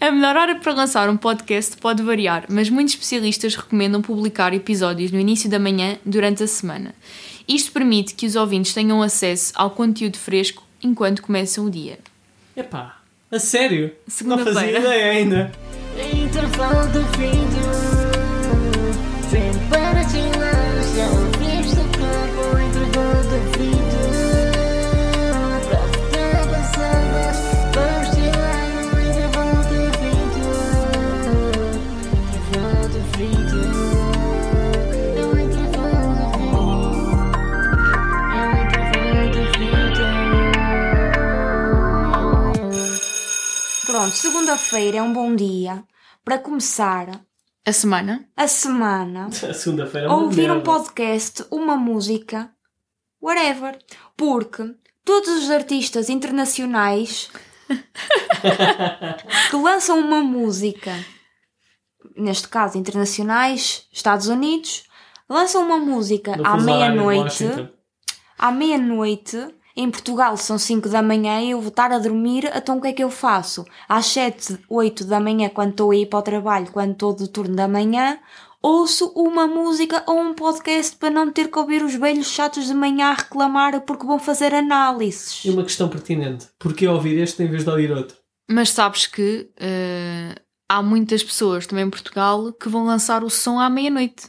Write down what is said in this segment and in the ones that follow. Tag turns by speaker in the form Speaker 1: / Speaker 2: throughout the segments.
Speaker 1: É A melhor hora para lançar um podcast pode variar, mas muitos especialistas recomendam publicar episódios no início da manhã durante a semana. Isto permite que os ouvintes tenham acesso ao conteúdo fresco enquanto começam o dia.
Speaker 2: Epá, a sério? Não fazia
Speaker 1: Segunda-feira.
Speaker 2: ideia ainda.
Speaker 3: Intervalo do vídeo Sempre para te um lançar Viste o corpo o intervalo do vídeo Para ficar avançadas Vamos te lá no intervalo do vídeo Intervalo do vídeo É o intervalo do vídeo É o intervalo do vídeo
Speaker 4: Pronto, segunda-feira é um bom dia para começar
Speaker 1: A semana?
Speaker 4: a semana
Speaker 2: A segunda-feira é uma
Speaker 4: ouvir um
Speaker 2: merda.
Speaker 4: podcast, uma música, whatever. Porque todos os artistas internacionais que lançam uma música, neste caso internacionais, Estados Unidos, lançam uma música
Speaker 2: Não
Speaker 4: à
Speaker 2: fomos horário de
Speaker 4: meia-noite.
Speaker 2: Washington.
Speaker 4: À meia-noite, em Portugal são 5 da manhã e eu vou estar a dormir, então o que é que eu faço? Às 7, 8 da manhã, quando estou a ir para o trabalho, quando estou do turno da manhã, ouço uma música ou um podcast para não ter que ouvir os velhos chatos de manhã a reclamar porque vão fazer análises.
Speaker 2: E uma questão pertinente. Porquê ouvir este em vez de ouvir outro?
Speaker 1: Mas sabes que eh, há muitas pessoas também em Portugal que vão lançar o som à meia-noite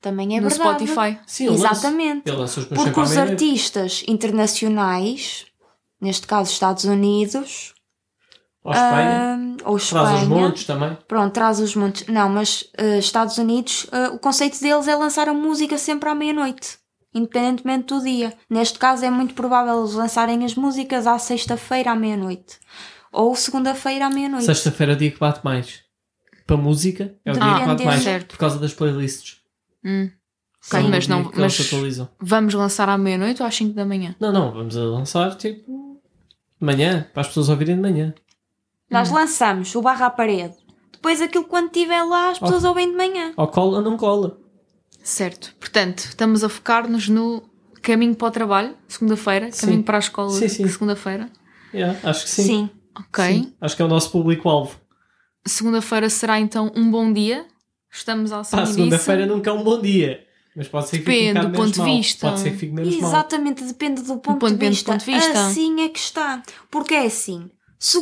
Speaker 4: Também é
Speaker 1: no
Speaker 4: verdade.
Speaker 1: Spotify.
Speaker 2: Sim, eu lanço.
Speaker 4: Exatamente.
Speaker 2: Eu lanço os meus sempre
Speaker 4: Porque
Speaker 2: à
Speaker 4: os
Speaker 2: meia-noite.
Speaker 4: artistas internacionais, neste caso Estados Unidos,
Speaker 2: Ou a Espanha.
Speaker 4: ah, ou Espanha,
Speaker 2: Traz os montes também.
Speaker 4: Pronto, traz os montes. Não, mas eh, Estados Unidos, eh, o conceito deles é lançar a música sempre à meia-noite, independentemente do dia. Neste caso, é muito provável eles lançarem as músicas à sexta-feira à meia-noite ou segunda-feira à meia-noite.
Speaker 2: Sexta-feira é o dia que bate mais. Para música, é o dia que
Speaker 4: Depende,
Speaker 2: bate mais.
Speaker 1: certo.
Speaker 2: Por causa das playlists.
Speaker 1: Hum.
Speaker 2: É o
Speaker 1: Sim, mas
Speaker 2: dia
Speaker 1: não.
Speaker 2: que eles
Speaker 1: Mas
Speaker 2: se atualizam.
Speaker 1: vamos lançar à meia-noite ou às 5 da manhã?
Speaker 2: Não, não, vamos a lançar tipo de manhã, para as pessoas ouvirem de manhã.
Speaker 4: Nós lançamos o barra à parede. Depois, aquilo quando estiver lá, as pessoas ouvem de manhã.
Speaker 2: Ou cola ou não cola.
Speaker 1: Certo. Portanto, estamos a focar-nos no caminho para o trabalho, segunda-feira,
Speaker 2: Sim.
Speaker 1: caminho para a escola,
Speaker 2: Sim, sim.
Speaker 1: segunda-feira.
Speaker 2: Yeah, acho que sim.
Speaker 4: Sim.
Speaker 1: Ok.
Speaker 2: Sim. Acho que é o nosso público-alvo.
Speaker 1: Segunda-feira será então um bom dia. Estamos ao
Speaker 2: Pá,
Speaker 1: segundo
Speaker 2: segunda-feira nunca é um bom dia. Mas pode ser que fique
Speaker 1: Depende
Speaker 2: um bocado
Speaker 1: do
Speaker 2: menos
Speaker 1: ponto de
Speaker 2: mal.
Speaker 1: vista.
Speaker 2: Pode ser que fique menos mal.
Speaker 4: Exatamente, depende do ponto,
Speaker 1: ponto-
Speaker 4: de
Speaker 1: depende do
Speaker 4: vista.
Speaker 1: ponto de vista.
Speaker 4: Assim é que está. Porque é assim,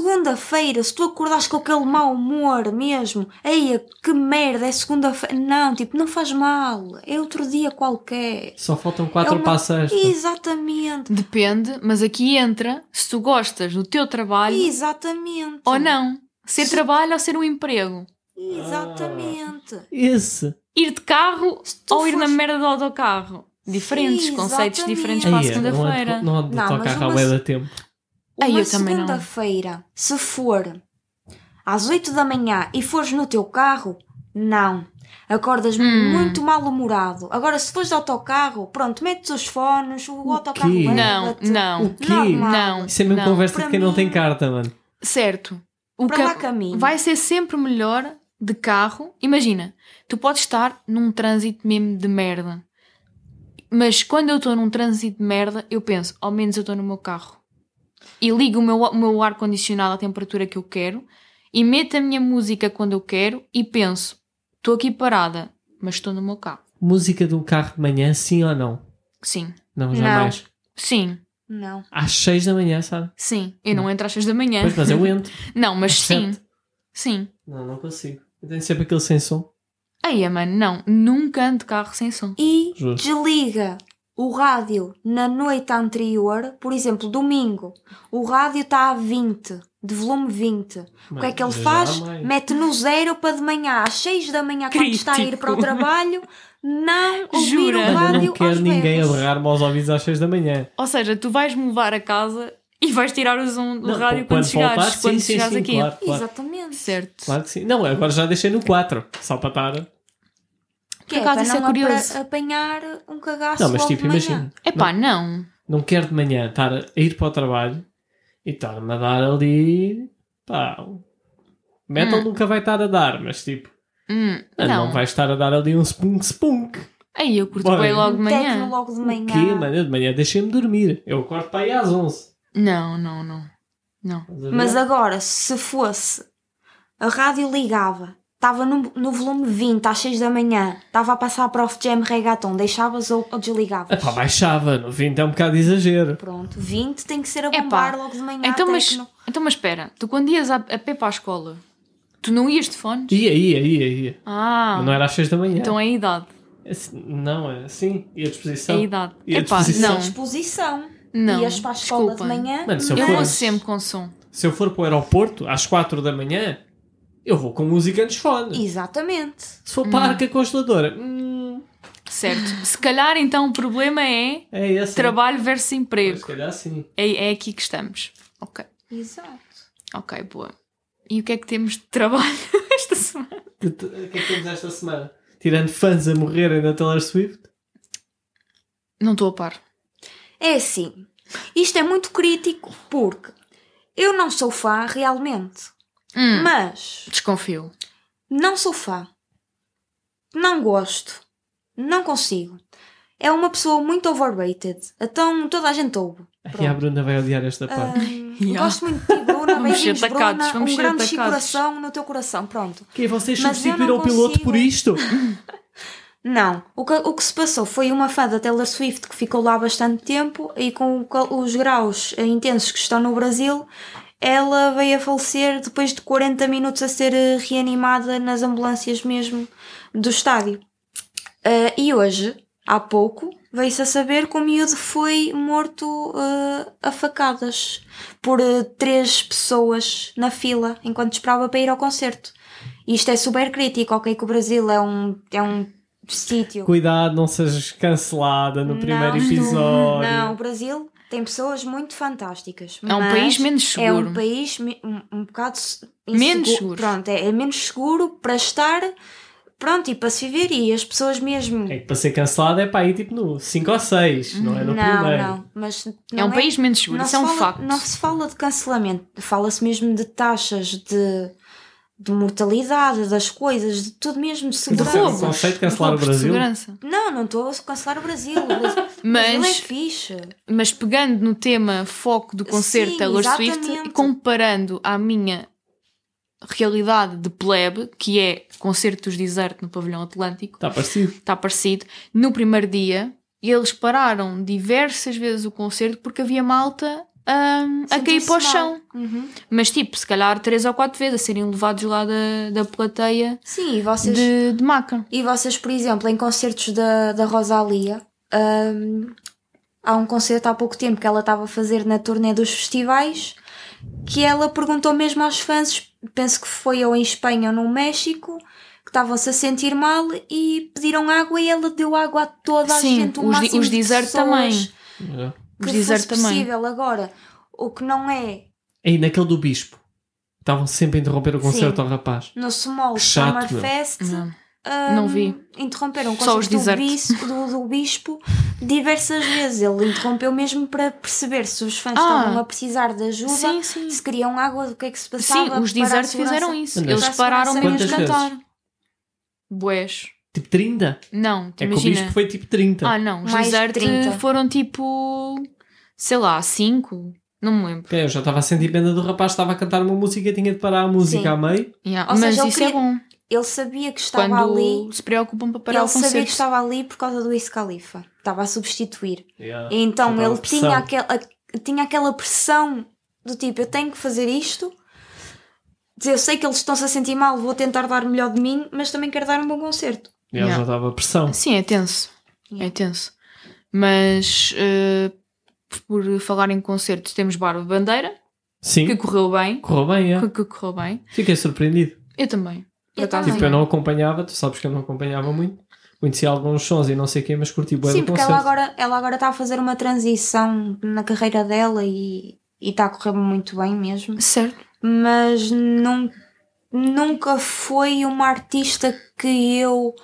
Speaker 4: segunda-feira, se tu acordares com aquele mau humor mesmo, aí que merda, é segunda-feira. Não, tipo, não faz mal, é outro dia qualquer.
Speaker 2: Só faltam
Speaker 4: É
Speaker 2: quatro
Speaker 4: uma-
Speaker 2: para a sexta.
Speaker 4: Exatamente,
Speaker 1: Depende, mas aqui entra se tu gostas do teu trabalho
Speaker 4: exatamente.
Speaker 1: ou não. Ser trabalho ou ser um emprego.
Speaker 4: Exatamente.
Speaker 2: Esse.
Speaker 1: Ir de carro
Speaker 4: Se tu
Speaker 1: ou ir na
Speaker 4: fores-
Speaker 1: merda do autocarro. Diferentes,
Speaker 4: Sim,
Speaker 1: conceitos
Speaker 4: exatamente.
Speaker 1: diferentes para a
Speaker 2: Aí, é, não há
Speaker 1: segunda-feira.
Speaker 2: de- não há de
Speaker 4: Não,
Speaker 2: tocar
Speaker 4: mas
Speaker 2: uma...
Speaker 4: uma-
Speaker 2: a da tempo.
Speaker 1: Ah,
Speaker 4: Uma
Speaker 1: eu também não.
Speaker 4: segunda-feira, se for às 8 da manhã e fores no teu carro, não. Acordas
Speaker 1: Hum.
Speaker 4: muito mal-humorado. Agora, se fores de autocarro, pronto, metes os fones, o, autocarro
Speaker 2: quê?
Speaker 1: Não,
Speaker 4: leva-te.
Speaker 1: não.
Speaker 2: O quê?
Speaker 4: Normal.
Speaker 1: Não.
Speaker 2: Isso é mesmo conversa
Speaker 4: Para
Speaker 2: de quem não
Speaker 4: mim-
Speaker 2: tem carta, mano.
Speaker 1: Certo. O
Speaker 4: Para
Speaker 1: ca-
Speaker 4: lá caminho.
Speaker 1: Vai ser sempre melhor de carro. Imagina, tu podes estar num trânsito mesmo de merda. Mas quando eu estou num trânsito de merda, eu penso, ao menos eu estou no meu carro. E ligo o meu, o meu ar-condicionado à temperatura que eu quero. E meto a minha música quando eu quero. E penso, estou aqui parada, mas estou no meu carro.
Speaker 2: Música de um carro de manhã, sim ou não?
Speaker 1: Sim.
Speaker 2: Não, jamais.
Speaker 1: Sim.
Speaker 4: Não.
Speaker 2: Às seis da manhã, sabe?
Speaker 1: Sim. Eu não entro às seis da manhã.
Speaker 2: Pois, mas eu entro.
Speaker 1: Não, mas
Speaker 2: Às
Speaker 1: sim.
Speaker 2: sete.
Speaker 1: Sim.
Speaker 2: Não, não consigo. Eu tenho sempre aquele sem som.
Speaker 1: Aí, mano, não. Nunca ando de carro sem som.
Speaker 4: E
Speaker 2: Justo.
Speaker 4: desliga o rádio na noite anterior, por exemplo, domingo, o rádio está a 20, de volume 20. O que é que ele
Speaker 2: Mas
Speaker 4: faz?
Speaker 2: jamais.
Speaker 4: Mete no zero para de manhã, às 6 da manhã, quando está a ir
Speaker 1: Crítico.
Speaker 4: para o trabalho, não ouvir
Speaker 1: Jura?
Speaker 4: o
Speaker 1: Mas eu
Speaker 2: Mas
Speaker 4: rádio
Speaker 2: eu não
Speaker 4: aos
Speaker 2: quero ninguém a
Speaker 4: berros.
Speaker 2: berrar-me aos ouvidos às 6 da manhã.
Speaker 1: Ou seja, tu vais me levar a casa e vais tirar o som do
Speaker 2: Não,
Speaker 1: rádio quando, chegares,
Speaker 2: voltar,
Speaker 1: quando
Speaker 2: sim, sim,
Speaker 1: chegares
Speaker 2: sim,
Speaker 1: aqui.
Speaker 2: Claro, claro,
Speaker 4: Exatamente.
Speaker 1: Certo.
Speaker 2: claro que sim. Não, agora já deixei no 4, só para estar.
Speaker 1: Por
Speaker 4: Que é
Speaker 1: acaso
Speaker 4: para
Speaker 1: isso é
Speaker 4: não apra-
Speaker 1: curioso.
Speaker 4: apanhar um cagaço
Speaker 2: Não, mas
Speaker 4: logo
Speaker 2: tipo,
Speaker 4: de manhã.
Speaker 2: imagina.
Speaker 1: É pá, não.
Speaker 2: Não quero de manhã estar a ir para o trabalho e estar-me a dar ali. Pá. o Metal nunca vai estar a dar, mas tipo.
Speaker 1: Hum,
Speaker 2: ah, Não.
Speaker 1: não.
Speaker 2: vais estar a dar ali um spunk spunk.
Speaker 1: Aí eu curto
Speaker 2: Bora.
Speaker 1: bem logo de
Speaker 4: Um
Speaker 1: manhã.
Speaker 4: tecno logo de manhã.
Speaker 2: Que, mano, eu de manhã deixei-me dormir. Eu acordo para aí às 11.
Speaker 1: Não, não, não. Não.
Speaker 2: Estás a ver?
Speaker 4: Mas agora, se fosse a rádio ligava, estava no, no volume 20 às 6 da manhã, estava a passar para o Jam Reggaeton, deixavas ou, ou desligavas?
Speaker 2: Epá, Ah, baixava, no 20 é um bocado de exagero.
Speaker 4: Pronto, 20 tem que ser a
Speaker 1: Epá,
Speaker 4: bombar logo de manhã.
Speaker 1: Então mas,
Speaker 4: techno.
Speaker 1: então, mas espera, tu quando ias a, a pé para a escola, tu não ias de fones?
Speaker 2: Ia, ia, ia, ia.
Speaker 1: Ah,
Speaker 2: Mas Não era às 6 da manhã.
Speaker 1: então é a idade.
Speaker 2: Esse- Não, é assim. E a
Speaker 1: É
Speaker 2: disposição.
Speaker 1: a idade.
Speaker 2: E a
Speaker 1: Epá,
Speaker 2: disposição?
Speaker 1: não,
Speaker 4: Exposição.
Speaker 1: não.
Speaker 4: Ias para a escola
Speaker 1: desculpa.
Speaker 4: de manhã.
Speaker 2: Mano, se eu,
Speaker 1: Eu
Speaker 2: for,
Speaker 1: vou sempre com som.
Speaker 2: se eu for para o aeroporto às 4 da manhã, eu vou com música nos fones.
Speaker 4: Exatamente.
Speaker 2: Se for para a arca consteladora, hum,
Speaker 1: Certo. Se calhar então o problema é
Speaker 2: é esse.
Speaker 1: trabalho versus
Speaker 2: Se
Speaker 1: emprego.
Speaker 2: calhar sim.
Speaker 1: É, é aqui que estamos. Ok.
Speaker 4: Exato.
Speaker 1: Ok, boa. E o que é que temos de trabalho esta semana?
Speaker 2: Que te- O que é que temos esta semana? Tirando fãs a morrerem da Taylor Swift?
Speaker 1: Não estou a par.
Speaker 4: É assim. Isto é muito crítico porque eu não sou fã realmente,
Speaker 1: Hum,
Speaker 4: mas
Speaker 1: Desconfio.
Speaker 4: não sou fã. Não gosto. Não consigo. É uma pessoa muito overrated. Então toda a gente ouve.
Speaker 2: E a Bruna vai odiar esta parte.
Speaker 4: Ahm,
Speaker 1: Yeah.
Speaker 4: Gosto muito de ti, Bruna.
Speaker 1: Vamos ser
Speaker 4: Beijinhos, Bruna.
Speaker 1: atacados, vamos
Speaker 4: um
Speaker 1: ser
Speaker 4: grande
Speaker 1: atacados.
Speaker 4: coração no teu coração. Pronto.
Speaker 2: Que é, vocês
Speaker 4: Mas eu
Speaker 2: substituíram o
Speaker 4: não
Speaker 2: piloto
Speaker 4: consigo.
Speaker 2: por isto?
Speaker 4: Não, o que, o que se passou foi uma fã da Taylor Swift que ficou lá bastante tempo e com o cal- os graus eh, intensos que estão no Brasil, ela veio a falecer depois de 40 minutos a ser eh, reanimada nas ambulâncias mesmo do estádio. Eh, e hoje, há pouco, veio-se a saber que o miúdo foi morto eh, a facadas por eh, três pessoas na fila enquanto esperava para ir ao concerto. Isto é super crítico, ok? Que o Brasil é um, é um sítio.
Speaker 2: Cuidado, não sejas cancelada no primeiro episódio.
Speaker 4: Não, o Brasil tem pessoas muito fantásticas.
Speaker 1: É um
Speaker 4: mas
Speaker 1: país menos
Speaker 4: É
Speaker 1: seguro.
Speaker 4: um país me- um, um bocado se-
Speaker 1: Menos seguro.
Speaker 4: Pronto, é, é menos seguro para estar, pronto, e para se viver. E as pessoas mesmo.
Speaker 2: É que para ser cancelada é para ir tipo no 5 ou 6, não é no primeiro.
Speaker 4: não, mas
Speaker 1: é
Speaker 4: não
Speaker 1: um país menos seguro.
Speaker 4: não
Speaker 1: Isso
Speaker 4: se
Speaker 1: é um
Speaker 4: fala-
Speaker 1: facto.
Speaker 4: Não se fala de cancelamento, fala-se mesmo de taxas de, de mortalidade, das coisas, de tudo mesmo, de
Speaker 2: Mas isso é um
Speaker 4: segurança.
Speaker 2: conceito de cancelar o
Speaker 1: Roubos de
Speaker 2: Brasil.
Speaker 1: segurança.
Speaker 4: Não, não estou a cancelar o Brasil. O Brasil, o Brasil é
Speaker 1: Mas,
Speaker 4: fixe.
Speaker 1: mas pegando no tema foco do concerto
Speaker 4: Sim,
Speaker 1: Taylor Swift
Speaker 4: exatamente.
Speaker 1: e comparando à minha realidade de plebe, que é concerto dos desertos no pavilhão atlântico,
Speaker 2: Está Tá parecido.
Speaker 1: está tá parecido, no primeiro dia eles pararam diversas vezes o concerto porque havia malta hum, a cair
Speaker 4: Sentiu-se
Speaker 1: para o
Speaker 4: mal.
Speaker 1: chão.
Speaker 4: Uhum.
Speaker 1: Mas tipo, se calhar três ou quatro vezes a serem levados lá da, da plateia
Speaker 4: Sim, e vocês,
Speaker 1: de, de maca.
Speaker 4: e vocês, por exemplo, em concertos da, da Rosalia, hum, há um concerto há pouco tempo que ela estava a fazer na turnê dos festivais, que ela perguntou mesmo aos fãs, penso que foi ou em Espanha ou no México, que estavam-se a sentir mal e pediram água e ela deu água a toda
Speaker 1: Sim,
Speaker 4: a gente, o
Speaker 1: os di-
Speaker 4: máximo
Speaker 1: os
Speaker 4: de
Speaker 1: desert
Speaker 4: pessoas
Speaker 1: também.
Speaker 2: É.
Speaker 4: Que
Speaker 1: Os dizer
Speaker 4: fosse
Speaker 1: também.
Speaker 4: possível agora, o que não é
Speaker 2: E naquele do Bispo. Estavam sempre a interromper o concerto
Speaker 4: Sim.
Speaker 2: ao rapaz.
Speaker 4: no Small
Speaker 2: Chato,
Speaker 4: Summer
Speaker 2: meu.
Speaker 4: Fest... hum,
Speaker 1: Não.
Speaker 4: Ahm,
Speaker 1: Não vi.
Speaker 4: Interromperam o
Speaker 1: Só os
Speaker 4: concerto do
Speaker 1: desertos.
Speaker 4: bispo, do, do bispo diversas vezes. Ele interrompeu mesmo para perceber se os fãs
Speaker 1: Ah.
Speaker 4: estavam a precisar de ajuda,
Speaker 1: Sim, sim.
Speaker 4: se queriam água, do que é que se passava.
Speaker 1: Sim, os
Speaker 4: para a
Speaker 1: desertos
Speaker 4: segurança.
Speaker 1: fizeram isso.
Speaker 2: Olha,
Speaker 1: Eles
Speaker 4: para a
Speaker 1: pararam de
Speaker 4: segurança
Speaker 1: os
Speaker 2: mesmo.
Speaker 1: cantar. Boés.
Speaker 2: Tipo 30?
Speaker 1: Não, te
Speaker 2: É que o
Speaker 1: imagina.
Speaker 2: Bispo foi tipo 30.
Speaker 1: Ah, não. Os
Speaker 4: Mais de
Speaker 1: desertos
Speaker 4: 30.
Speaker 1: foram tipo. sei lá, cinco Não me lembro.
Speaker 2: Ok, Eu já estava a
Speaker 1: Hum.
Speaker 2: sentir pena do rapaz, estava a cantar uma música e tinha de parar a música
Speaker 4: Sim.
Speaker 2: a meio.
Speaker 1: Yeah,
Speaker 4: Ou
Speaker 1: Mas
Speaker 4: seja, eu
Speaker 1: isso é
Speaker 4: queria-
Speaker 1: bom.
Speaker 4: Ele sabia que estava
Speaker 1: Quando
Speaker 4: ali.
Speaker 1: se preocupam para parar
Speaker 4: Ele
Speaker 1: o
Speaker 4: sabia
Speaker 1: concerto.
Speaker 4: que estava ali por causa do Is Khalifa. Estava a substituir.
Speaker 2: Yeah.
Speaker 4: Então
Speaker 2: Aquela
Speaker 4: ele tinha,
Speaker 2: pressão.
Speaker 4: aquel, a- tinha aquela pressão do tipo: eu tenho que fazer isto. Eu sei que eles estão-se a sentir mal, vou tentar dar o melhor de mim, mas também quero dar um bom concerto.
Speaker 2: E ela
Speaker 1: Yeah.
Speaker 2: já estava a pressão.
Speaker 1: Sim, é tenso.
Speaker 4: Yeah.
Speaker 1: É tenso. Mas eh, por falar em concertos, temos Barba Bandeira,
Speaker 2: Sim,
Speaker 1: que correu bem.
Speaker 2: correu bem, é.
Speaker 1: Que, que correu bem.
Speaker 2: Fiquei surpreendido.
Speaker 1: Eu também. por
Speaker 4: Eu
Speaker 1: acaso.
Speaker 4: também.
Speaker 2: Tipo, eu não acompanhava, tu sabes que eu não acompanhava muito. Conheci alguns sons e não sei o quê, mas curti bem
Speaker 4: Sim,
Speaker 2: do
Speaker 4: porque
Speaker 2: concerto.
Speaker 4: ela agora, ela agora está a fazer uma transição na carreira dela e e está a correr muito bem mesmo.
Speaker 1: Certo.
Speaker 4: Mas nun- nunca foi uma artista que eu.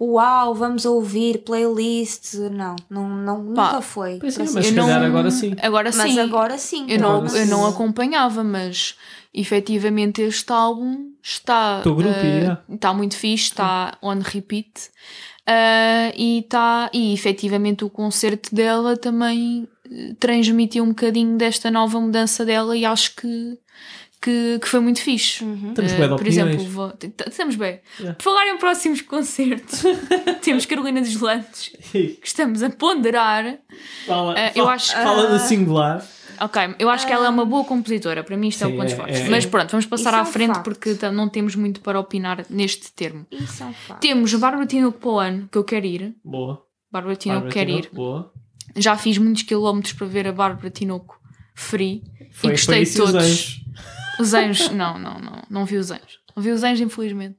Speaker 4: Uau, vamos ouvir playlist. Não, não, não
Speaker 1: Pá,
Speaker 4: nunca foi.
Speaker 2: Pois é,
Speaker 4: Para
Speaker 2: mas
Speaker 4: ser-
Speaker 2: se calhar agora sim.
Speaker 1: Agora
Speaker 4: mas
Speaker 1: sim.
Speaker 4: agora sim.
Speaker 1: Eu não,
Speaker 2: Agora
Speaker 1: eu não
Speaker 2: sim.
Speaker 1: acompanhava, mas efetivamente este álbum está.
Speaker 2: Teu grupo,
Speaker 1: eh,
Speaker 2: yeah.
Speaker 1: Está muito fixe, está on repeat. Eh, e, está e efetivamente o concerto dela também eh, transmitiu um bocadinho desta nova mudança dela e acho que, que, que foi muito fixe.
Speaker 4: Uhum.
Speaker 2: Temos
Speaker 1: Eh,
Speaker 2: bué de
Speaker 1: Por
Speaker 2: opiniões.
Speaker 1: exemplo, vou- t- t- estamos bem.
Speaker 2: Yeah.
Speaker 1: Por falar em próximos concertos, temos Carolina dos Lantes, que estamos a ponderar.
Speaker 2: fala,
Speaker 1: Eh, eu
Speaker 2: fala-
Speaker 1: acho-
Speaker 2: fala do singular.
Speaker 1: Ok, eu acho que ela é uma boa compositora, para mim isto é
Speaker 2: Sim,
Speaker 1: um ponto
Speaker 2: é-
Speaker 1: forte.
Speaker 2: é-
Speaker 1: Mas pronto, vamos passar
Speaker 4: Ah. Isso é
Speaker 1: à
Speaker 4: um
Speaker 1: frente
Speaker 4: facto.
Speaker 1: porque t- não temos muito para opinar neste termo.
Speaker 4: Isso é um fato.
Speaker 1: Temos Bárbara Tinoco para o ano, que eu quero ir.
Speaker 2: Boa.
Speaker 1: Bárbara Tinoco
Speaker 2: Bárbara
Speaker 1: quer
Speaker 2: Tinoco,
Speaker 1: ir.
Speaker 2: Boa.
Speaker 1: Já fiz muitos quilómetros para ver a Bárbara Tinoco free
Speaker 2: Foi,
Speaker 1: e
Speaker 2: foi
Speaker 1: gostei de
Speaker 2: isso e os
Speaker 1: todos.
Speaker 2: anjos.
Speaker 1: Os anjos, não, não, não, não vi os anjos. Não vi os anjos, infelizmente.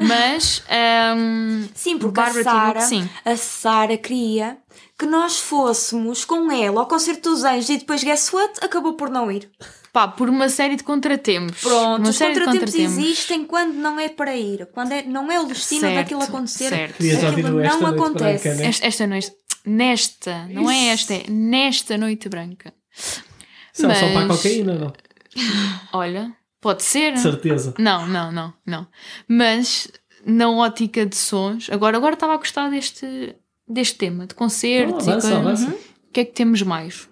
Speaker 1: Mas hum, ahm,
Speaker 4: Sim, porque
Speaker 1: Bárbara
Speaker 4: a Sara,
Speaker 1: Tinoco, sim.
Speaker 4: a Sara queria que nós fôssemos com ela ao concerto dos anjos e depois Guess What acabou por não ir.
Speaker 1: Pá, por uma série de contratempos.
Speaker 4: Pronto,
Speaker 1: uma
Speaker 4: os
Speaker 1: série de
Speaker 4: contratempos existem quando não é para ir, quando é- não é o destino
Speaker 1: Certo,
Speaker 4: daquilo acontecer.
Speaker 1: certo.
Speaker 2: Querias
Speaker 4: Aquilo
Speaker 2: ouvir o Esta
Speaker 4: não
Speaker 2: Noite
Speaker 4: acontece.
Speaker 2: Branca, né?
Speaker 1: Esta, esta noite. Nesta, não é esta, é nesta noite branca.
Speaker 2: Isso é só para a
Speaker 1: Mas- é
Speaker 2: cocaína, não?
Speaker 1: Olha, pode ser.
Speaker 2: De certeza.
Speaker 1: Não, não, não, não. Mas na ótica de sons, agora agora estava a gostar deste, deste tema, de concertos
Speaker 2: Então, avança,
Speaker 1: e coisas.
Speaker 2: avança.
Speaker 1: O que é que temos mais?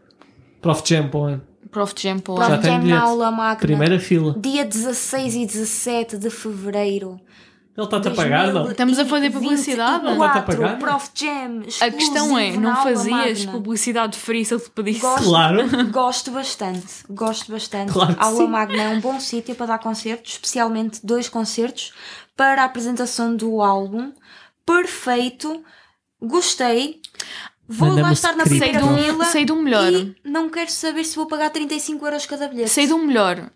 Speaker 2: Prof Jam, pô, hein?
Speaker 1: Prof Jam para o
Speaker 4: Pronto,
Speaker 2: Já tem
Speaker 4: é na
Speaker 2: bilhete.
Speaker 4: aula magna.
Speaker 2: Primeira fila.
Speaker 4: Dia 16 e 17 de fevereiro.
Speaker 2: Ele está-te a pagar, não?
Speaker 1: Estamos a fazer publicidade?
Speaker 4: Não
Speaker 2: Não está a pagar?
Speaker 4: Prof Jam.
Speaker 1: A questão é,
Speaker 4: exclusivo na
Speaker 1: não
Speaker 4: aula
Speaker 1: fazias
Speaker 4: magna.
Speaker 1: publicidade free se eu te pedisse?
Speaker 4: Gosto.
Speaker 2: Claro.
Speaker 4: Gosto bastante, gosto bastante.
Speaker 2: Claro que
Speaker 4: a Aula
Speaker 2: sim.
Speaker 4: Magna é um bom sítio para dar concertos, especialmente dois concertos, para a apresentação do álbum. Perfeito, gostei. Vou lá
Speaker 2: Mandamos
Speaker 4: estar na
Speaker 2: script,
Speaker 1: Sei de um,
Speaker 2: não?
Speaker 4: primeira fila
Speaker 1: sei de um melhor.
Speaker 4: e não quero saber se vou pagar 35 euros cada bilhete.
Speaker 1: Sei de um melhor.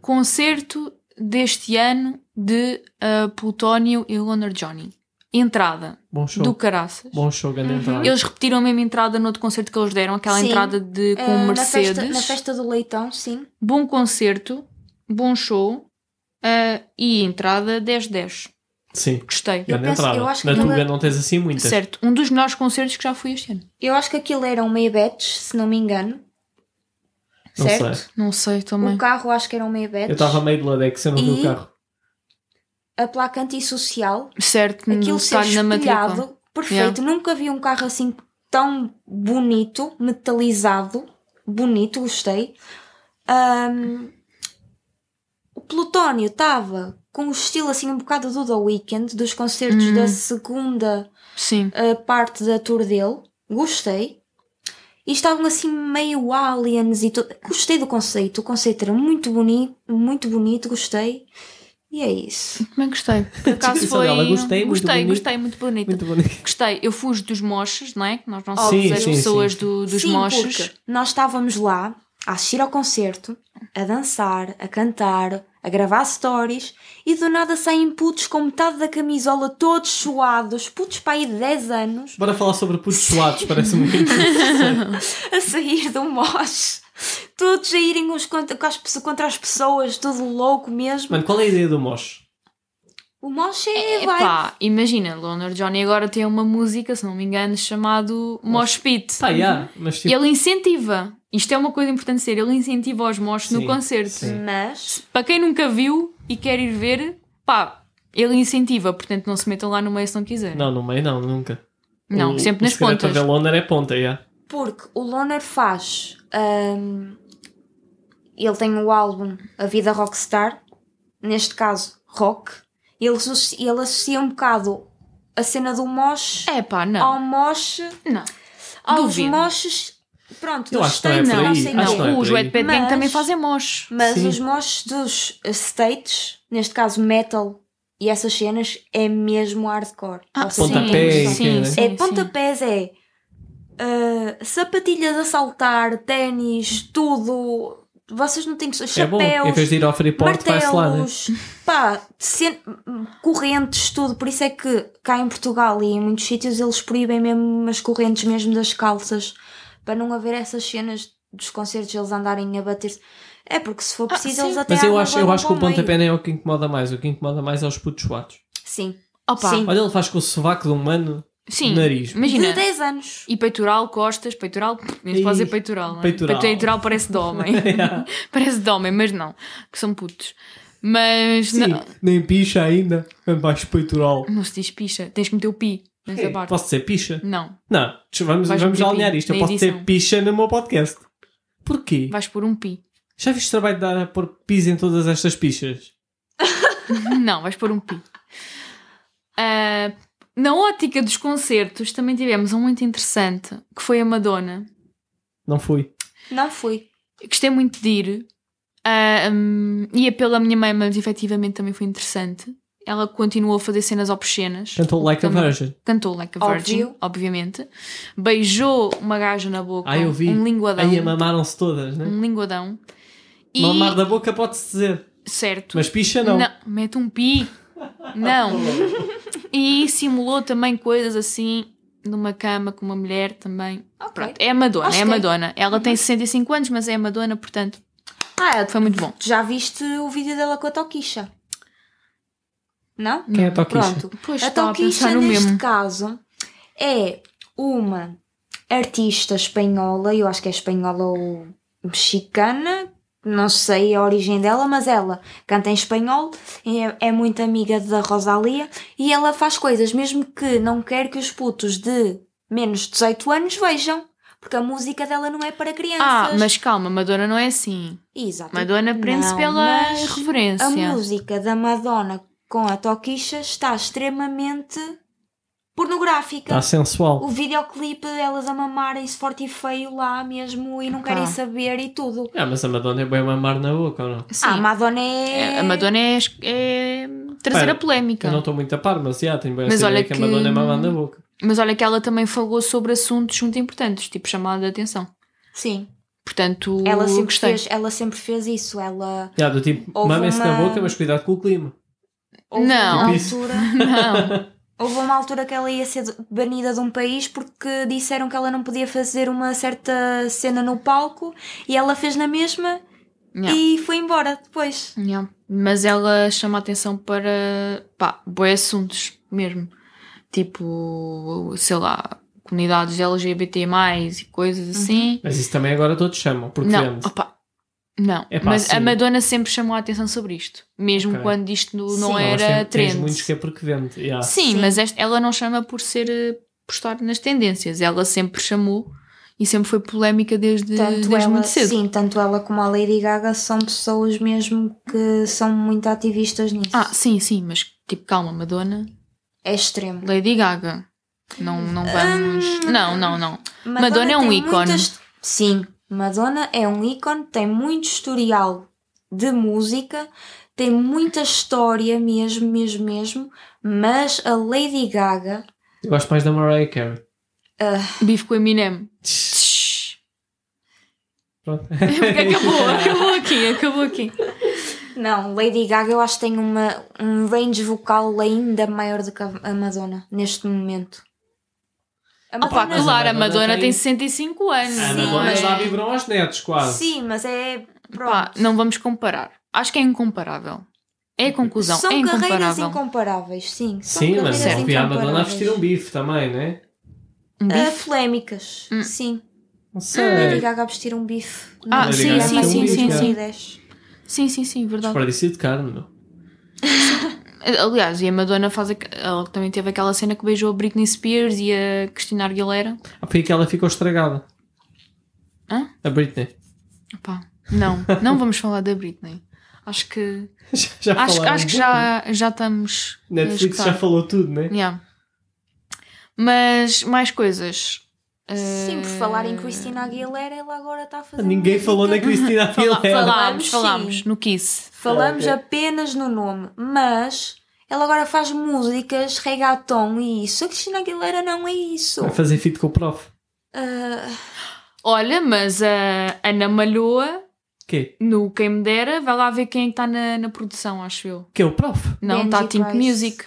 Speaker 1: Concerto deste ano de ah, Plutónio e Leonard Johnny. Entrada
Speaker 2: Bom show.
Speaker 1: do Caraças.
Speaker 2: Bom show, grande entrada.
Speaker 4: Uhum.
Speaker 1: Eles repetiram a mesma entrada no outro concerto que eles deram, aquela
Speaker 4: Sim.
Speaker 1: entrada de, com
Speaker 4: Ah, na,
Speaker 1: Mercedes.
Speaker 4: festa, na festa do leitão, sim.
Speaker 1: Bom concerto, bom show ah, e entrada 10-10.
Speaker 2: Sim.
Speaker 1: Gostei.
Speaker 4: Eu
Speaker 2: Grande
Speaker 4: penso-
Speaker 2: entrada.
Speaker 4: eu acho que
Speaker 2: Na
Speaker 4: ela-
Speaker 2: Tuga não tens assim muitas.
Speaker 1: Certo, um dos melhores concertos que já fui este ano.
Speaker 4: Eu acho que aquilo eram meia bets, se não me engano.
Speaker 2: Não
Speaker 4: certo?
Speaker 2: sei.
Speaker 1: Não sei
Speaker 4: O
Speaker 1: também.
Speaker 4: carro acho que era um meia bets.
Speaker 2: Eu estava meio de ladex, eu não vi
Speaker 4: E-
Speaker 2: o carro.
Speaker 4: A placa antissocial.
Speaker 1: Certo,
Speaker 4: aquilo
Speaker 1: no
Speaker 4: ser
Speaker 1: detalhe Hum, na matrícula.
Speaker 4: espelhado, perfeito. Nunca vi um carro assim tão bonito, metalizado, bonito, gostei. Ahm, o Plutónio estava com o estilo assim um bocado do The Weeknd, dos concertos
Speaker 1: Hum.
Speaker 4: da segunda
Speaker 1: Sim.
Speaker 4: ah, parte da tour dele, gostei. E estavam assim meio aliens e tudo. Gostei do conceito, o conceito era muito bonito, muito bonito, gostei. E é isso.
Speaker 1: Também gostei. Por acaso
Speaker 2: descrição
Speaker 1: foi.
Speaker 2: dela, gostei, muito
Speaker 1: gostei,
Speaker 2: bonito.
Speaker 1: gostei, muito bonita.
Speaker 2: Muito bonito.
Speaker 1: Gostei, eu fujo dos moches, não é? Que Nós não
Speaker 4: Sim,
Speaker 1: somos as
Speaker 2: sim,
Speaker 1: pessoas
Speaker 2: sim.
Speaker 1: do- dos
Speaker 4: Sim,
Speaker 1: moches.
Speaker 4: porque Nós estávamos lá a assistir ao concerto, a dançar, a cantar, a gravar stories e do nada saem putos com metade da camisola todos suados, putos para aí de 10 anos,
Speaker 2: Bora falar sobre putos suados, parece-me muito.
Speaker 4: a sair do moche. Todos a irem uns contra, com as pessoas- contra as pessoas, todo louco mesmo.
Speaker 2: Mano, qual é a ideia do Mosh?
Speaker 4: O moche é, vai.
Speaker 1: Epá, imagina, Leonard Johnny agora tem uma música, se não me engano, chamado Mosh Pit.
Speaker 2: Tá,
Speaker 4: Uhum.
Speaker 2: já, mas tipo.
Speaker 1: Ele incentiva, isto é uma coisa importante de ser, ele incentiva os moches no
Speaker 2: Sim,
Speaker 1: concerto.
Speaker 2: sim.
Speaker 4: Mas
Speaker 1: Para quem nunca viu e quer ir ver, pá, ele incentiva, portanto não se metam lá no meio se não quiserem.
Speaker 2: Não, no meio não, nunca.
Speaker 1: Não,
Speaker 2: O-
Speaker 1: sempre
Speaker 2: o
Speaker 1: nas
Speaker 2: segredo
Speaker 1: pontas.
Speaker 2: Para ver Loner é ponta, já.
Speaker 4: porque o Loner faz. hum, ele tem o álbum A Vida Rockstar, neste caso rock, ele, associ- ele associa um bocado a cena do mosh
Speaker 1: É pá,
Speaker 4: ao
Speaker 1: não.
Speaker 4: mosh,
Speaker 1: Oh, Não.
Speaker 4: aos
Speaker 1: Duvido.
Speaker 4: moshes, pronto,
Speaker 2: Eu
Speaker 4: dos
Speaker 2: acho que não é
Speaker 4: states,
Speaker 2: por
Speaker 4: não
Speaker 2: aí,
Speaker 4: sei
Speaker 2: acho que
Speaker 4: quê.
Speaker 2: não é
Speaker 1: Não, os
Speaker 2: por aí.
Speaker 1: Wet Bad Gang
Speaker 4: Mas-
Speaker 1: também fazem mosh.
Speaker 4: Mas
Speaker 2: Sim.
Speaker 4: os moshes dos states, neste caso metal e essas cenas, é mesmo hardcore.
Speaker 1: Ah,
Speaker 4: Vocês não
Speaker 2: Pontapé,
Speaker 4: têm noção.
Speaker 1: sim, sim,
Speaker 2: né?
Speaker 1: sim,
Speaker 4: É
Speaker 1: sim.
Speaker 4: pontapés, é ah, sapatilhas a saltar, ténis, tudo. Vocês não têm noção.
Speaker 2: É bom. Em vez
Speaker 4: Chapéus,
Speaker 2: de ir ao Freeport, vai-se lá, né?
Speaker 4: martelos, pá, cen- correntes, tudo. Por isso é que cá em Portugal e em muitos sítios eles proíbem mesmo as correntes, mesmo das calças, para não haver essas cenas dos concertos eles andarem a bater-se. É porque se for preciso
Speaker 1: sim.
Speaker 4: eles até
Speaker 2: Ah, Mas eu
Speaker 4: armam
Speaker 2: acho, eu
Speaker 4: lá
Speaker 2: acho que o
Speaker 4: para meio.
Speaker 2: pontapé nem é o que incomoda mais. O que incomoda mais é os putos suados.
Speaker 4: Sim.
Speaker 1: Opa,
Speaker 4: Sim.
Speaker 2: Olha, ele faz com o sovaco de um mano,
Speaker 1: Sim,
Speaker 2: Nariz.
Speaker 1: imagina.
Speaker 4: De 10 anos.
Speaker 1: E peitoral, costas, peitoral, pff, nem se
Speaker 2: Ih,
Speaker 1: pode dizer peitoral, não é?
Speaker 2: peitoral.
Speaker 1: Peitoral parece de homem. parece de homem, mas não, que são putos. Mas
Speaker 2: Sim,
Speaker 1: não,
Speaker 2: nem picha ainda, embaixo peitoral.
Speaker 1: não se diz picha, tens que meter o pi nessa
Speaker 2: Ei,
Speaker 1: parte.
Speaker 2: Posso dizer picha?
Speaker 1: Não,
Speaker 2: Não, vamos,
Speaker 1: Vais
Speaker 2: vamos
Speaker 1: meter pi
Speaker 2: alinhar isto. Eu
Speaker 1: na
Speaker 2: posso
Speaker 1: edição.
Speaker 2: dizer picha no meu podcast. Porquê?
Speaker 1: vais pôr um pi.
Speaker 2: Já viste trabalho de dar a pôr pis em todas estas pichas?
Speaker 1: Não, vais pôr um pi. Ah, na ótica dos concertos, também tivemos um muito interessante, que foi a Madonna.
Speaker 2: Não fui.
Speaker 4: Não fui.
Speaker 1: Eu gostei muito de ir. Ah, hum, ia pela minha mãe, mas efetivamente também foi interessante. Ela continuou a fazer cenas obscenas.
Speaker 2: Cantou Like a
Speaker 1: Também-
Speaker 2: Virgin.
Speaker 1: Cantou Like a Virgin,
Speaker 4: Óbvio.
Speaker 1: obviamente. Beijou uma gaja na boca.
Speaker 2: Ah, eu vi.
Speaker 1: Um linguadão.
Speaker 2: Aí mamaram-se todas, né?
Speaker 1: um linguadão. E...
Speaker 2: Mamar da boca pode-se dizer.
Speaker 1: Certo.
Speaker 2: Mas picha não.
Speaker 1: mete um pi. Não. e simulou também coisas assim numa cama com uma mulher também.
Speaker 4: Ok.
Speaker 1: Pronto, é a Madonna,
Speaker 4: Acho
Speaker 1: é a
Speaker 4: que é.
Speaker 1: Madonna. Ela tem 65 anos, mas é a Madonna, portanto,
Speaker 4: Ah, eu-
Speaker 1: é, foi muito bom.
Speaker 4: já viste o vídeo dela com a Toquicha? Não?
Speaker 2: Quem é a Toquicha?
Speaker 4: Pronto.
Speaker 1: Pois,
Speaker 4: a
Speaker 1: estava a
Speaker 4: Toquicha,
Speaker 1: pensar no
Speaker 4: neste
Speaker 1: mesmo.
Speaker 4: caso, é uma artista espanhola, eu acho que é espanhola ou mexicana, não sei a origem dela, mas ela canta em espanhol, é, é muito amiga da Rosalia e ela faz coisas mesmo que não quer que os putos de menos de 18 anos vejam. Porque a música dela não é para crianças.
Speaker 1: Ah, mas calma, Madonna não é assim.
Speaker 4: Exato.
Speaker 1: Madonna prende-se
Speaker 4: Não,
Speaker 1: pela
Speaker 4: mas
Speaker 1: reverência.
Speaker 4: A música da Madonna com a Toquicha está extremamente pornográfica.
Speaker 2: Está Tá sensual.
Speaker 4: O videoclipe, elas a mamarem-se forte e feio lá mesmo e não
Speaker 1: Pá.
Speaker 4: querem saber e tudo.
Speaker 2: Ah, mas a Madonna é bem mamar na boca, ou não?
Speaker 1: Sim,
Speaker 4: Ah, a Madonna é...
Speaker 1: a Madonna é, é trazer
Speaker 2: Espera,
Speaker 1: a polémica.
Speaker 2: Eu não estou muito a par, mas já, tenho
Speaker 1: Então.
Speaker 2: bem
Speaker 1: Mas
Speaker 2: essa
Speaker 1: olha
Speaker 2: ideia que a
Speaker 1: que-
Speaker 2: Madonna é mamar na boca.
Speaker 1: Mas olha que ela também falou sobre assuntos muito importantes, tipo chamada de atenção.
Speaker 4: Sim.
Speaker 1: Portanto,
Speaker 4: Ela
Speaker 1: eu
Speaker 4: sempre,
Speaker 1: gostei.
Speaker 4: fez, ela sempre fez isso. Ela
Speaker 2: Já, do tipo,
Speaker 4: Houve
Speaker 2: mamem-se na
Speaker 4: uma-
Speaker 2: boca, mas cuidado com o clima.
Speaker 4: houve
Speaker 1: Não.
Speaker 4: uma
Speaker 2: Tipo isso.
Speaker 4: altura...
Speaker 1: Não,
Speaker 4: Houve uma altura que ela ia ser banida de um país porque disseram que ela não podia fazer uma certa cena no palco e ela fez na mesma
Speaker 1: não.
Speaker 4: e foi embora depois.
Speaker 1: não. Mas ela chama a atenção para pá, boi assuntos mesmo. Tipo, sei lá, comunidades LGBT e coisas
Speaker 4: Uhum.
Speaker 1: assim.
Speaker 2: Mas isso também agora todos chamam, porque
Speaker 1: Não,
Speaker 2: vende.
Speaker 1: opa, não.
Speaker 2: É pá,
Speaker 1: mas
Speaker 2: sim.
Speaker 1: a Madonna sempre chamou a atenção sobre isto, mesmo
Speaker 2: Ok.
Speaker 1: quando isto não
Speaker 4: Sim. Não,
Speaker 2: mas
Speaker 1: era
Speaker 2: tem- tens
Speaker 1: trend.
Speaker 2: muitos que é porque vende. já.
Speaker 1: Sim,
Speaker 4: Sim.
Speaker 1: mas esta- ela não chama por ser eh, por estar nas tendências. Ela sempre chamou e sempre foi polémica desde,
Speaker 4: Tanto
Speaker 1: desde
Speaker 4: ela,
Speaker 1: muito cedo.
Speaker 4: sim, tanto ela como a Lady Gaga são pessoas mesmo que são muito ativistas nisso.
Speaker 1: Ah, sim, sim, mas tipo, calma, Madonna,
Speaker 4: É extremo.
Speaker 1: Lady Gaga. Não, não vamos.
Speaker 4: Hum.
Speaker 1: Não, não, não. Madonna é um
Speaker 4: tem
Speaker 1: ícone.
Speaker 4: muitas- Sim, Madonna é um ícone, tem muito historial de música, tem muita história mesmo, mesmo, mesmo, mas a Lady Gaga
Speaker 2: Eu gosto mais da Mariah Carey.
Speaker 1: Bife com Eminem.
Speaker 2: Pronto.
Speaker 1: Porque acabou, acabou aqui, acabou aqui.
Speaker 4: Não, Lady Gaga eu acho que tem uma, um range vocal ainda maior do que a a Madonna neste momento. A
Speaker 1: Opa,
Speaker 2: mas a
Speaker 1: claro, a
Speaker 2: Madonna
Speaker 1: Madonna tem
Speaker 2: tem
Speaker 1: 65 anos.
Speaker 2: A
Speaker 4: Sim,
Speaker 2: Madonna
Speaker 1: mas-
Speaker 2: já vibram aos netos, quase.
Speaker 4: Sim, mas é. Pronto.
Speaker 1: Pá, não vamos comparar. Acho que é incomparável. É a conclusão,
Speaker 4: são
Speaker 1: é
Speaker 4: carreiras
Speaker 1: incomparável.
Speaker 4: incomparáveis, sim. São
Speaker 2: Sim, mas é
Speaker 4: carreiras
Speaker 2: não
Speaker 1: assim
Speaker 2: vi a Madonna a
Speaker 4: incomparáveis.
Speaker 2: vestir um bife também, né?
Speaker 1: Um
Speaker 4: Ah,
Speaker 1: bife?
Speaker 4: polémicas,
Speaker 1: Hum.
Speaker 4: sim.
Speaker 2: Não
Speaker 4: Lady
Speaker 2: sei.
Speaker 4: Gaga a vestir um bife.
Speaker 1: Ah,
Speaker 4: Não,
Speaker 1: sim,
Speaker 4: é
Speaker 1: sim,
Speaker 4: mais
Speaker 1: sim,
Speaker 4: um
Speaker 1: sim,
Speaker 4: bife,
Speaker 1: sim.
Speaker 4: ideias.
Speaker 1: Sim, sim, sim, verdade.
Speaker 2: Desperdício de carne, meu.
Speaker 1: Aliás, e a Madonna faz aqu- ela também teve aquela cena que beijou a Britney Spears e a Cristina Aguilera.
Speaker 2: Ah, foi que ela ficou estragada.
Speaker 1: Hã?
Speaker 2: A Britney.
Speaker 1: Opa, não, não vamos falar da Britney. Acho que
Speaker 2: Já, já
Speaker 1: acho,
Speaker 2: falaram.
Speaker 1: acho que já, já estamos. a
Speaker 2: Netflix já
Speaker 1: escutar.
Speaker 2: falou tudo, né?
Speaker 1: Yeah. Mas mais coisas.
Speaker 4: Sim, por
Speaker 1: Eh,
Speaker 4: falar em Cristina Aguilera, ela agora está a fazer. um
Speaker 2: Ninguém
Speaker 4: música.
Speaker 2: falou na Cristina
Speaker 1: Fala-
Speaker 2: Aguilera.
Speaker 1: Ah, falámos,
Speaker 4: Sim.
Speaker 1: falámos no Kiss.
Speaker 4: Falamos
Speaker 2: Ok.
Speaker 4: apenas no nome, mas ela agora faz músicas, reggaeton e isso. A Cristina Aguilera não é isso.
Speaker 2: Vai fazer fit com o prof.
Speaker 4: Ah,
Speaker 1: Olha, mas a Ana Malhoa
Speaker 2: Quê?
Speaker 1: no Quem Me Dera, vai lá ver quem está na, na produção, acho eu.
Speaker 2: Que é o prof?
Speaker 1: Não,
Speaker 4: Benji
Speaker 1: está a Think
Speaker 4: Price.
Speaker 1: Music,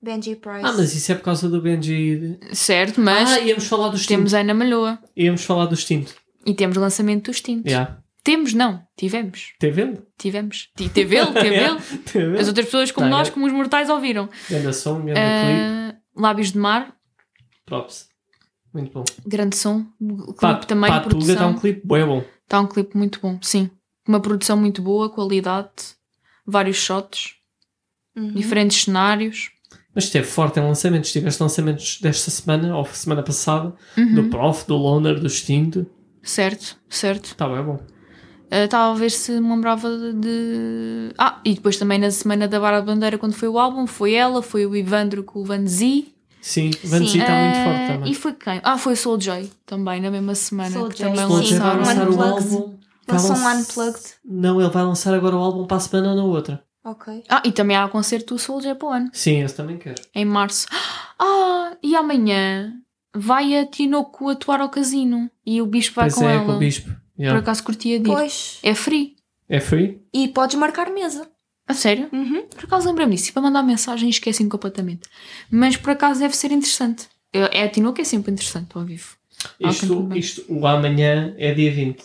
Speaker 4: Benji Price.
Speaker 2: Ah, mas isso é por causa do Benji.
Speaker 1: certo, mas
Speaker 2: Ah, íamos falar dos
Speaker 1: temos
Speaker 2: tintos.
Speaker 1: a Ana Malhoa
Speaker 2: Íamos falar dos tintos.
Speaker 1: e temos o lançamento dos tintos.
Speaker 2: Já.
Speaker 1: Temos, não, tivemos,
Speaker 2: Tem vendo?
Speaker 1: tivemos. Ti- Teve ele, teve ele.
Speaker 2: Tem
Speaker 1: As
Speaker 2: vendo?
Speaker 1: outras pessoas, como
Speaker 2: Tá,
Speaker 1: nós,
Speaker 2: é.
Speaker 1: como os mortais, ouviram.
Speaker 2: Ganda som, ganda clipe.
Speaker 1: Ah, Lábios de Mar,
Speaker 2: Props. Muito bom.
Speaker 1: grande som. O clipe
Speaker 2: Pá,
Speaker 1: também,
Speaker 2: pá, Tuga
Speaker 1: produção.
Speaker 2: está um clipe bem bom.
Speaker 1: Está um clipe muito bom, sim. Uma produção muito boa, qualidade, vários shots,
Speaker 4: Uhum.
Speaker 1: diferentes cenários.
Speaker 2: Mas esteve forte em lançamentos. Tiveste lançamentos desta semana ou semana passada.
Speaker 1: Uhum.
Speaker 2: Do Prof, do Loner, do Extinto.
Speaker 1: Certo, certo.
Speaker 2: Está bem Tá bom.
Speaker 1: Ah, Estava a ver se me lembrava de. Ah, e depois também na semana da Barra de Bandeira, quando foi o álbum, foi ela, foi o Ivandro com o Van Zee.
Speaker 2: Sim, Vanzi está tá muito
Speaker 1: Ah,
Speaker 2: forte também.
Speaker 1: E foi quem? Ah, foi o Souljoy também, na mesma semana.
Speaker 4: Soulja.
Speaker 1: que também
Speaker 2: Soulja
Speaker 4: Sim,
Speaker 2: vai
Speaker 1: lançaram.
Speaker 2: lançar o
Speaker 4: Unplugged.
Speaker 2: álbum.
Speaker 1: um
Speaker 4: Eles
Speaker 2: vai
Speaker 4: são
Speaker 2: lançar-
Speaker 4: unplugged.
Speaker 2: Não, ele vai lançar agora o álbum para a semana na outra.
Speaker 4: Ok.
Speaker 1: Ah, e também há o concerto do Soulja para o ano,
Speaker 2: Sim, esse também quero.
Speaker 1: em março. Ah, e amanhã vai a Tinoco atuar ao casino e o Bispo vai
Speaker 2: Pois
Speaker 1: com
Speaker 2: é,
Speaker 1: ela.
Speaker 2: com o Bispo.
Speaker 1: Por
Speaker 2: Yeah.
Speaker 1: acaso curtia de ir.
Speaker 4: Pois.
Speaker 1: É free.
Speaker 2: É free?
Speaker 4: E podes marcar mesa.
Speaker 1: A sério?
Speaker 4: Uhum.
Speaker 1: Por acaso lembrei-me disso. E para mandar mensagem esqueci-me completamente. Mas por acaso deve ser interessante. É é a Tinoco é sempre interessante ao vivo. Ah, tem
Speaker 2: Isto,
Speaker 1: tudo bem.
Speaker 2: isto, o amanhã é dia 20.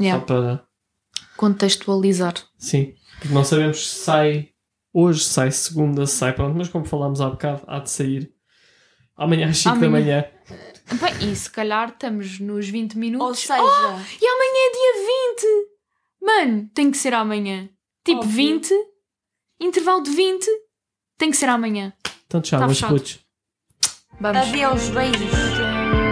Speaker 1: Yeah.
Speaker 2: Só para.
Speaker 1: É, Contextualizar.
Speaker 2: Sim. Porque não sabemos se sai hoje, se sai segunda, se sai pronto, mas como falámos há bocado, há de sair amanhã às 5 da
Speaker 1: Amanhã.
Speaker 2: manhã.
Speaker 1: Bem, e se calhar estamos nos 20 minutos. Oh,
Speaker 4: Ou seja,
Speaker 2: Ah!
Speaker 1: E amanhã é dia 20! Mano, tem que ser amanhã. Tipo
Speaker 4: Óbvio.
Speaker 1: 20, intervalo de 20, tem que ser amanhã.
Speaker 2: Então, tchau,
Speaker 1: Tá
Speaker 2: meus
Speaker 1: fechado.
Speaker 2: putos.
Speaker 1: Vamos.
Speaker 4: adeus, beijos.
Speaker 3: Thank you.